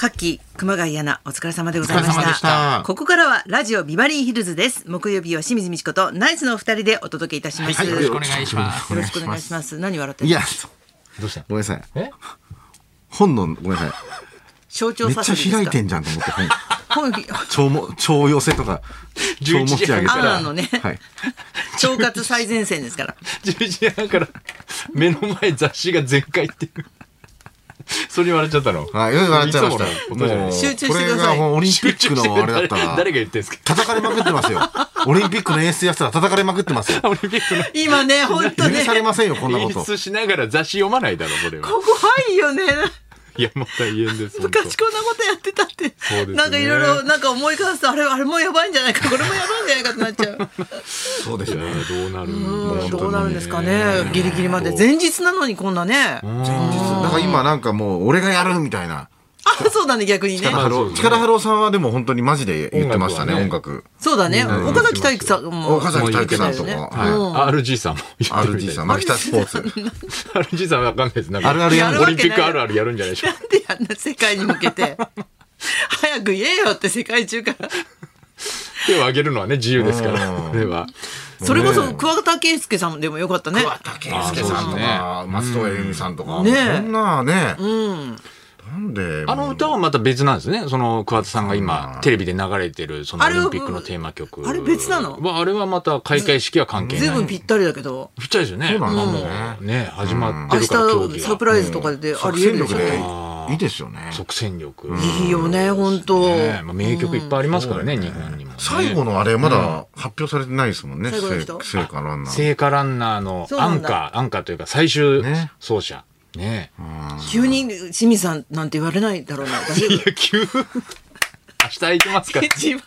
夏季熊谷アナお疲れ様でございましお疲れ様たでしたここからはラジオビバリーヒルズです木曜日は清水美智子とナイツのお二人でお届けいたします、はいよよろろししくくおお願願いいししますます何笑っているや、どうしたごめんなさい。え本の、ごめんなさい。象徴めっさせちゃ開いてんじゃんと思って、本。超も、超寄せとか、超11持ち上げアたナら。のね、はい。腸活最前線ですから11時半から目の前雑誌が全開っていう。それに笑っちゃったのはい、笑っちゃいました。いつものことじゃないもう集中してこくれださがいもうオリンピックのあれだった誰ら、誰が言ってんすか叩かれまくってますよ。オリンピックの演出やったら叩かれまくってますよ。オリンピックの今ね本当許ねされませんよ、こんなこ演と。出しながら雑誌読まないだろ、これは。怖いよねいや、もう大変です。本当昔こんなことやってたって、そうですねなんかいろいろなんか思い返すとあれあれもやばいんじゃないかこれもやばいんじゃないかってなっちゃうそうでいすやよ。どうなるうのんどうなるんですかねギリギリまで前日なのにこんなねあ前日、だから今なんかもう、俺がやるみたいな。そうだね逆にね力ハそロうでーすね力ハローさんはでも本当にマジで言ってましたね、音音楽,、そうだね岡崎体育さんも岡崎体育さんとか、もう言ってたははい RG さんも言ってい、るみ RG さん、たいです。まあ、北スポーツ。 RG さんはわかんないです。なんかあるあるややんるオわけリンないピックあるあるやるんじゃないでしょうか。なんであんな世界に向けて 早く言えよって世界中から手を挙げるのはね、自由ですからう。んでは。それこそ桑田佳祐さんでもよかったね桑田佳祐さんとか、松任谷由実さんとか、ねえそんなね、うんなんで、あの歌はまた別なんですね。その桑田さんが今テレビで流れてるそのあオれリンピックのテーマ曲。あれ別なのまああれはまた開会式は関係随ない。分ぴったりだけどぴったりですよね。そうなんだもうね始まって明るから競技日が。サプライズとかでありえ戦るでし力ょであーいいですよね。即戦力。いいよね本当ねまあ名曲いっぱいありますからね、うん日本にもね。最後のあれ、まだ発表されてないですもんね、最後の人聖聖火ランナー。聖火ランナーのそうアなんンだカー、アンカーというか最終ね走者。ね急に清水さんなんて言われないだろうな。大丈いや、急。明 日行きますか夫 ら。一番。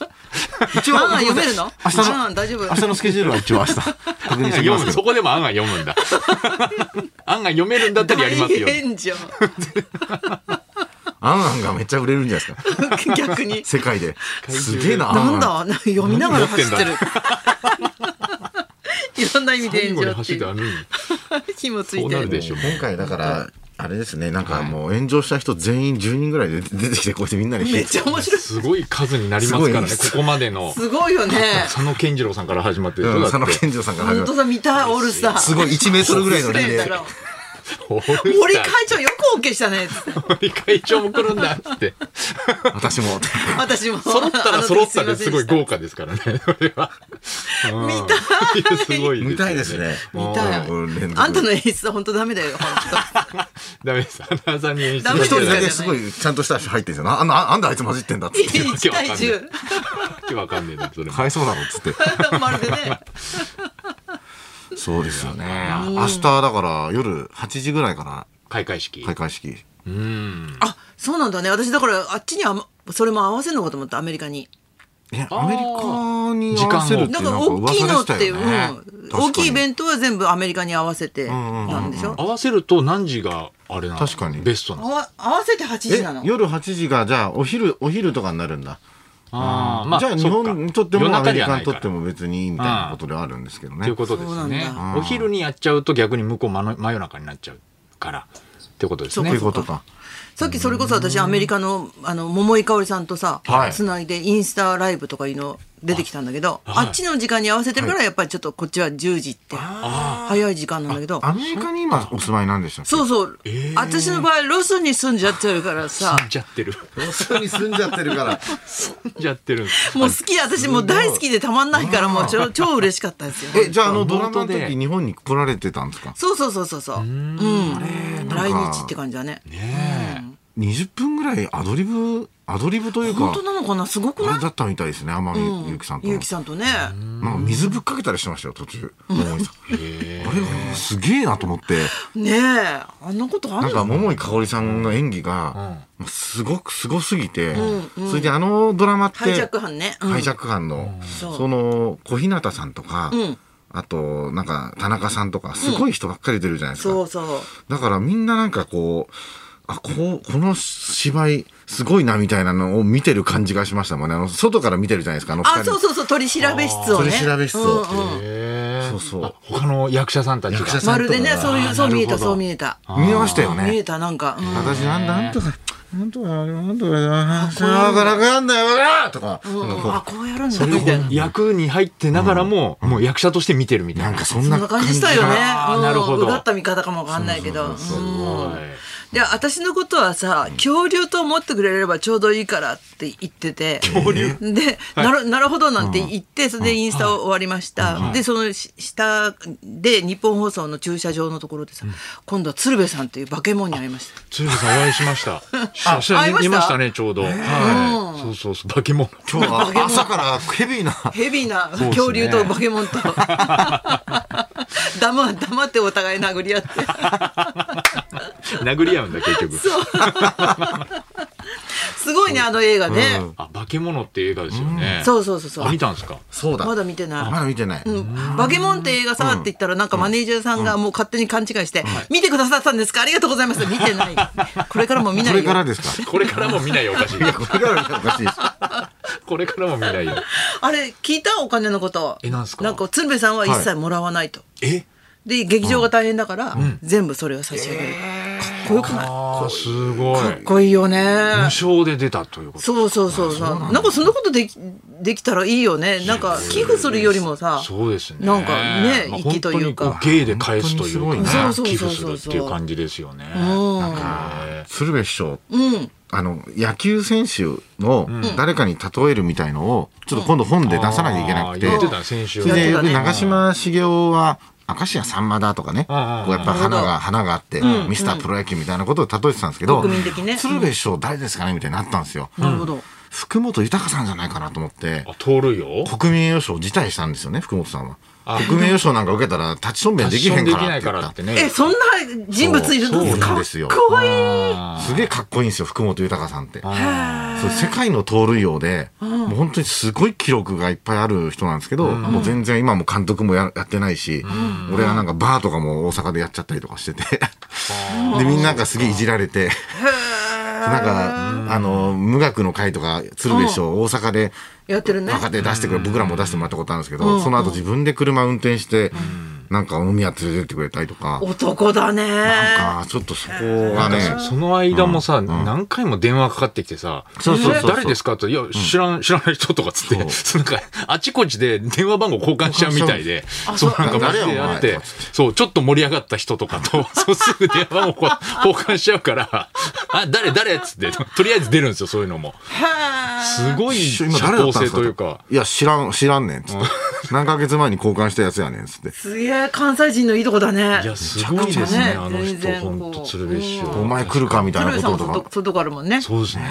一ああ読めるの？明日ああの、大丈夫。明日のスケジュールは一応明日、確認してき読ますむけそど。こでも案が読むんだ。 案が読めるんだったらやりますよ。大変じゃん。 アンアンがめっちゃ売れるんじゃないですか。逆に。世界で。すげえな、なんアンアン。だ 読みながら走ってる持。 いろんな意味で最後に炎上って走っいてあう。るん 火もついそうてなるる。でしょう。今回だから、あれですね、なんかもう炎上した人全員10人ぐらいで出てきて、こうやってみんなでめっちゃ面白い。すごい数になりますからね、すごいここまでの。すごいよね。佐野健次郎さんから始まってるう人んだ佐野って。健次郎さんから始本ま当るだ見たいオールスター。すごい1メートルぐらいのリレー。 森会会長よく OK したね。森会長も来るんだって。私も。私も。揃ったら揃ったですごいあの時豪華ですからね、それは。見たいやすごいですよね。見たいですね。見たいうん連続あんたの演出は本当ダメだよ。本 ダメです。花さんに演出ダメ一です人だけすごいちゃんとした人入ってるんですよ。あんな、あ んだあいつ混じってんだっつっ当て。に一対10。わけわかんねえな、それも。かわいそうだろっつって。 まるでね。そうですよね。明日だから夜8時ぐらいから開会式。開会式。うん。あそうなんだね私だからあっちにあまそれも合わせるのかと思ったアメリカにえ、ーアメリカに合わせるってななんんかか大きい噂でのっしたて、よね。うん、大きいイベンントは全部アメリカに合わせてんうんうんなんでしょ、合わせると何時があれなの確かにベストなの合わ合わせて8時えなの、夜8時がじゃあお昼、お昼とかになるんだ。あーじゃあ日本にとってそもかアメリカに夜中じとゃっなていからも別にいいみたいなことではあるんですけどといねう。ことでそすうねなん。だお昼にやっちゃうと逆に向こう真の真夜中になっちゃうからってことですそとねいう。ことか。さっきそれこそ私アメリカのあの桃井かおりさんとさはいつな、い、でインスタライブとかいうの出てきたんだけどあ,、はいっちの時間に合わせてるからやっぱりちょっとこっちは10時って早い時間なんだけどアメリカに今お住まいなんでしたっけそうそう、私の場合ロスに住んじゃってるからさ死んじゃってる。 ロスに住んじゃってるから。死んじゃってる。もう好き私もう大好きでたまんないからもうちょ超嬉しかったですよえ、じゃああのドラマの冒頭で時日本に来られてたんですかそうそうそうそうそう。うん。来日って感じだね。 20分ぐらいアドリブアドリブという本か当なのかなすごくあなれだったみたいですね天海い祐希さんとゆうきさんとね。なんか水ぶっかけたりしてましたよ途中桃井さんあれすげえなと思ってねえ。あんなことあなんるかの桃井かおりさんの演技がもうすごくすごすぎてそれであのドラマってハイジャック犯ね。うんハイジャック班のそうその小日向さんとかうんあとなんか田中さんとかすごい人ばっかり出るじゃないですかそうそう。だからみんななんかこう、あ、こう、この芝居すごいなみたいなのを見てる感じがしましたもんね。あの、外から見てるじゃないですか、あのあ、そうそそうそう。取り調べ室をね。取り調べ室をうんうんへーそうそうあ他の役者さんたち役者が。さんまるでね、ちゃんとそういう、そう見えた、そう見えた。見えましたよ見えね。た、なんか。うん私なんだ、なんとか、なんとか、なんとか、なんとか、なんかんだよ、とか、なんかあこうやるんだそれみたいな役に入ってながらも、もう役者として見てるみたいなな。んかそそんんなな感じしたよね。あーうんなるほうどがった見方かもわかんないけど。そううんはで私のことはさ恐竜と思ってくれればちょうどいいからって言ってて恐竜で、なるなるほどなんて言ってそれでインスタを終わりました、でそのし下で日本放送の駐車場のところでさ、今度は鶴瓶さんという化け物に会いましたい。鶴瓶さんお会いしました。あ、会いました見ましたね、ちょうど。はい。そうそうそう、化け物。今日は朝からヘビーな。ヘビーなうですね恐竜と化け物と 黙黙ってお互い殴り合って 殴り合うんだ、結局。すごいねあの映画ね、うんあ、化け物っていう映画ですよね。そうそうそうそうあ見たんですかそうだ。まだ見てないまだ見てない。うんバケモンって映画さって言ったらなんかマネージャーさんがもう勝手に勘違いして「見てくださったんですかありがとうございます」見てない これからも見なこいよれからですかこれからも見ないよ、お かしい。これからおかしいです。これからも見ないよ。あれ聞いたお金のことえなんすかなんか鶴瓶さんは一切もらわないと、えで劇場が大変だから全部それを差し上げる、かっこよくないかああ、すごい。っこいいよね無償で出たということ。そうそうそうそうなんかそんなことできできたらいいよねなんか寄付するよりもさそうですね。なんかねまあ粋というか本当にこう芸で返すという本当にすごいねか、そう寄そうそう付すそうるっていう感じですよね。うん鶴瓶師匠、うんあの、野球選手の誰かに例えるみたいのを、ちょっと今度本で出さなきゃいけなくあー言ってて。た、先週。そやれってで、よたくね長嶋茂雄は、明石家さんまだとかね、こうあーやっぱ花が、花があって、ミスタープロ野球みたいなことを例えてたんですけど国民的ね、鶴瓶師匠誰ですかねみたいになったんですよ。なるほど福本豊さんじゃないかなと思って、あ盗塁を国民栄誉賞を辞退したんですよね、福本さんはあ。国民栄誉賞なんか受けたら立ちしょんべんできへんでかきならっいて言かっらたっ。てね。えそんな人物いるそうのそうなかんっですよこいいあすげえかっこいいんですよ、福本豊さんって。へそう世界の盗塁王で、もう本当にすごい記録がいっぱいある人なんですけど、もう全然今も監督もややってないし、俺はなんかバーとかも大阪でやっちゃったりとかしてて、 で、みんななんかすげえいじられて、なんか、あの、無学の会とか、鶴瓶師匠、大阪で、やってるね若手出してくれ、僕らも出してもらったことあるんですけど、その後自分で車運転して、なんかお宮連れてってくれたりとか、男だねなんかちょっとそこがね、あ。その間もさ、何回も電話かかってきてさ、そうそうそうそう誰ですかと、いや、知らん、知らない人とかつって、そのなんか、あちこちで電話番号交換しちゃうみたいで、そうなんかマジでやっ誰やおて前、そう、ちょっと盛り上がった人とか と、そうすぐ電話番号交換しちゃうから、あ、誰誰っつって、とりあえず出るんですよ、そういうのも。すごい社今誰だ交ったんで性すかというか。いや、知らん、知らんねん、つって。 何ヶ月前に交換したやつやねん、つって。すげえ関西人のいいとこだねいや、すごいでめちすゃくねち、ゃあの全人、然ほんと鶴瓶師匠。こうお前来るかみたい鶴な瓶こさんともとか。外外からもんねそうですね。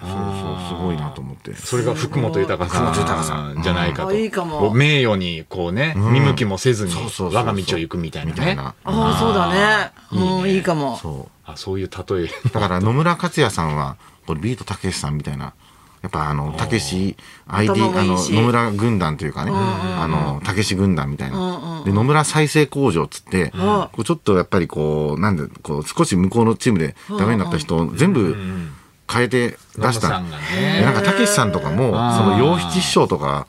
そうそう、すごいなと思って。それが福本豊さん福本豊さじゃないかと。あいいかもこう名誉に、こうね、見向きもせずにそうそうそう、そう我が道を行くみたいなみたいね。な。ああそうだねうんいいかもそあ、そういう 例え。う。だから野村克也さんは、これビートたけしさんみたいな。やっぱあの、たけし ID、あ頭もいいの、し野村軍団というかね、あの、たけし軍団みたいな。で、野村再生工場っつって、こうちょっとやっぱりこう、なんで、こう、少し向こうのチームでダメになった人を全部変えて出しさたんがでなんね。かたけしさんとかもあーその洋七師匠とか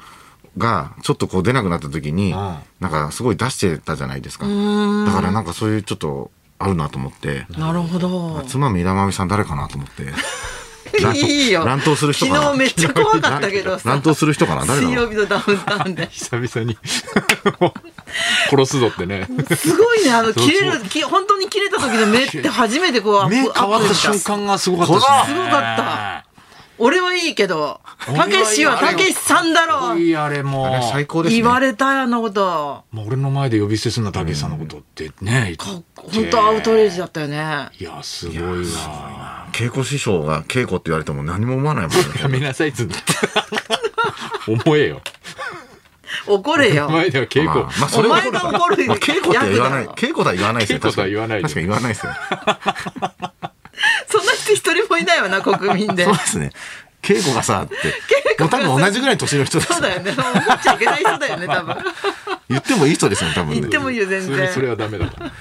がちょっとこう出なくなった時にあなんかすごい出してたじゃないですかだからなんかそういうちょっと合うなと思ってなるほど妻み枝豆さん誰かなと思って 乱闘いいよ乱闘する人かな昨日めっちゃ怖かったけ どさ乱闘する人かな誰だ水ろ曜う日のダウンタウンで久々に。 殺すぞってね。すごいねあ のそう切れるき本当に切れた時の目って初めてこうアップ目変わアッっプたした瞬間がすごかったですね。すごかった俺はいいけどたけしはたけしさんだかっころいいあれも。あれ最高ですね言われたよあのこともう俺の前で呼び捨てすんな、たけしさんのことってね。言って本当アウトレイジだったよねいや、すごいわ。稽古師匠が稽古って言われても何も思わないもんや ねめなさいっつって。 思えよ。怒れよ前では稽まあ古。まあそれはそうだお前が怒るまあ稽古って言わない役だろ稽古とは言わないですよ稽古とは言わない確かに確かに言わないですよそんな人一人もいないわな国民でそうですね稽古が さってもう多分同じぐらい年の人ですそうだよね。思っちゃいけない人だよ ね、多分。言ってもいい人ですよね多分ね言ってもいいよ、全普通にそれ然。はダメだから。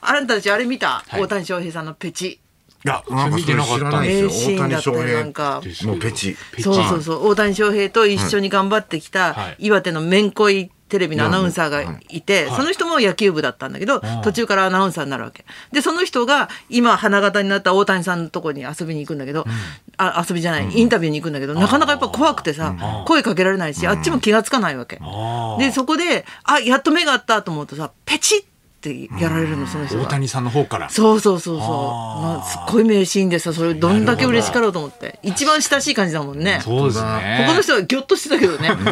あなたたち、あれ見た、い大谷翔平さんのペチ。いや、なんかそれ知らない名シーンだったよ、なんか。ですもうペチ。ペチそうそうそう、大谷翔平と一緒に頑張ってきたはい岩手のめんこいテレビのアナウンサーがいて、その人も野球部だったんだけど、途中からアナウンサーになるわけ。で、その人が今、花形になった大谷さんのとこに遊びに行くんだけど、あ遊びじゃない、インタビューに行くんだけど、なかなかやっぱ怖くてさ、声かけられないし、あっちも気がつかないわけ。で、そこで、あ、やっと目があったと思うとさ、ペチッってやられるの、その人大が。谷さんの方からそうそうそうそう、あーまあ、すっごい名シーンでさそれどんだけ嬉しかろうと思って一番親しい感じだもんねそうですね他の人はギョッとしてたけどねなんで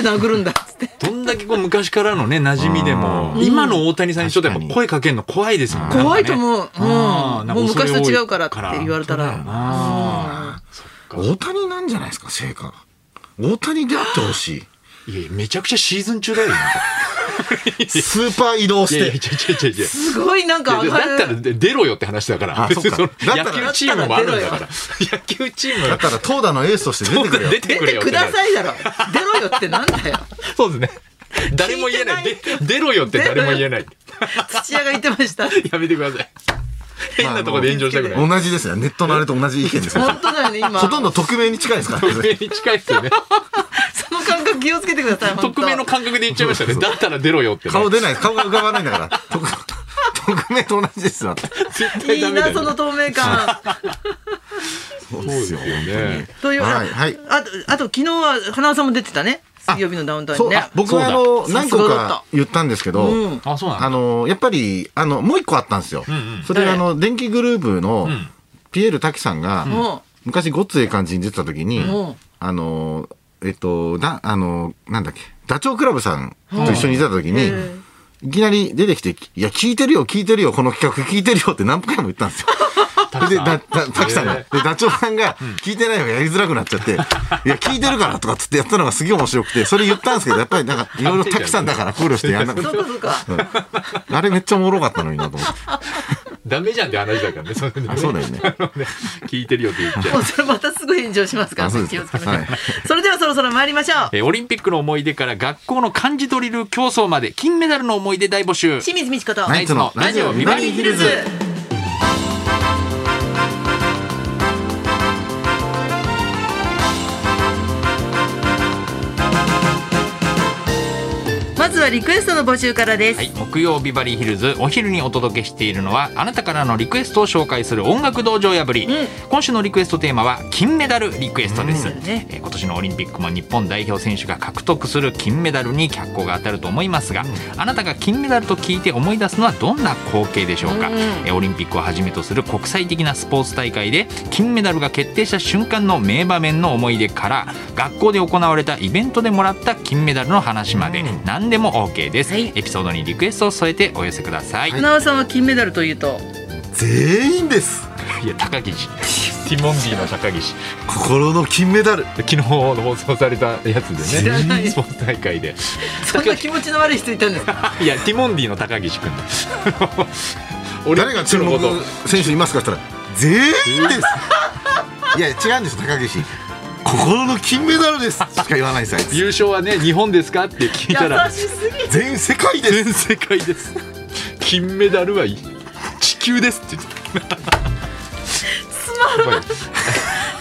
殴るんだっつってどんだけこう昔からのね馴染みでも今の大谷さんにしとっても確かに声かけるの怖いですもんね怖いとなんかね思う、あーうん、なんかもう昔と恐れ違多ういからって言われたかららあ大谷なんじゃないですか、成果が。大谷であってほしーいやいやめちゃくちゃシーズン中だよなんかい。スーパー移動しいや いやいて。やいやいやすごいなんかい上やがだったらる出ろよって話だからあ別にそそっのかだったら野球チームもあるんだかだら野球チームだったら投打のエースとして出てくれよ。 出出てくてくれよってなだるさいだろ出ろよってなんだよそうですね誰も言えない聞いで出ろよって誰も言えない土屋が言ってましたやめてください 変なとこで炎上したくない同じですよ。ネットのあれと同じ意見ですよ。本当だよね今ほとんど匿名に近いですからね。匿名に近いっすよ ねその感覚気をつけてください本当匿名の感覚で言っちゃいましたねだったら出ろよってね顔出ないです。顔が浮かばないんだから。匿匿名と同じですよ。絶対いダいメだなよその透明感そうそうですよねという、はいはいあとあと昨日は花輪さんも出てたね水曜日のダウンタウンそにう、ねあ僕はあの、そうだ何個か言ったんですけど、うんあそうなんだあの、やっぱり、あの、もう一個あったんですよ。それがあの、電気グループのん、ピエール滝さんが、ん昔、ごっつええ感じに出てた時にうん、あの、えっと、だ、あの、なんだっけ、ダチョウ倶楽部さんと一緒に出た時に、うんいきなり出てきて、いや、聞いてるよ、聞いてるよ、この企画聞いてるよって何回も言ったんですよ。それで、だ、だ、滝さんが、で、ダチョウさんが、聞いてないよ、やりづらくなっち ゃって、いや、聞いてるからとかつってやったのがすげえ面白くて、それ言ったんですけど、やっぱりなんか、いろいろ滝さんだから考慮してやんなくてそ。うかそうかうんあれめっちゃおもろかったのになと思って。ダメじゃんって話だからねそれでねあそうだよねあのね聞いてるよって言っちゃもううそれまたすぐ炎上しますからあそうです気をつけましょう、はいそれではそろそろ参りましょうえーオリンピックの思い出から学校の漢字ドリル競争まで金メダルの思い出大募集清水美智子とナイツのラジオビバリーヒルズ。まずはリクエストの募集からです、はい、木曜ビバリーヒルズお昼にお届けしているのはあなたからのリクエストを紹介する音楽道場破り、うん今週のリクエストテーマは金メダルリクエストです、うんねえー今年のオリンピックも日本代表選手が獲得する金メダルに脚光が当たると思いますが、あなたが金メダルと聞いて思い出すのはどんな光景でしょうか、うんえーオリンピックをはじめとする国際的なスポーツ大会で金メダルが決定した瞬間の名場面の思い出から学校で行われたイベントでもらった金メダルの話まで何でも OK です、はいエピソードにリクエストを添えてお寄せください、い、花尾さんは金メダルというと全員です。や高岸ティモンディの高岸心の金メダル。昨日放送されたやつ知でらなねいスポーツ大会でそんな気持ちの悪い人いたんですかいやティモンディの高岸 君俺誰が注目選手いますかって言ったら、全員です。 いや、違うんですよ、高岸。心の金メダルです。しか言わないですあいつ優勝はね日本ですかって聞いたら優しすぎ全世界です。全世界です金メダルはいい地球ですって言って つまんやっぱ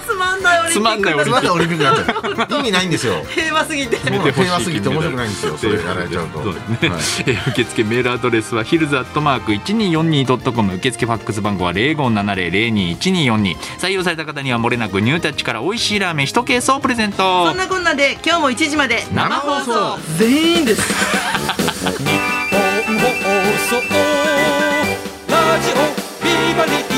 つまんないオリンピックつまんないオリンつピ ッまんないオリンピックに なっちゃう。意味ないんですよ。平和すぎてり見てほしい平和すぎて面白くないんですよそれやられちゃうとそうですねはいえー受付メールアドレスはヒルズアットマーク 1242.com 受付ファックス番号は0570021242採用された方にはもれなくニュータッチから美味しいラーメン1ケースをプレゼンそトんなこんなで今日も1時まで生放送全員です放送ラジオビバリー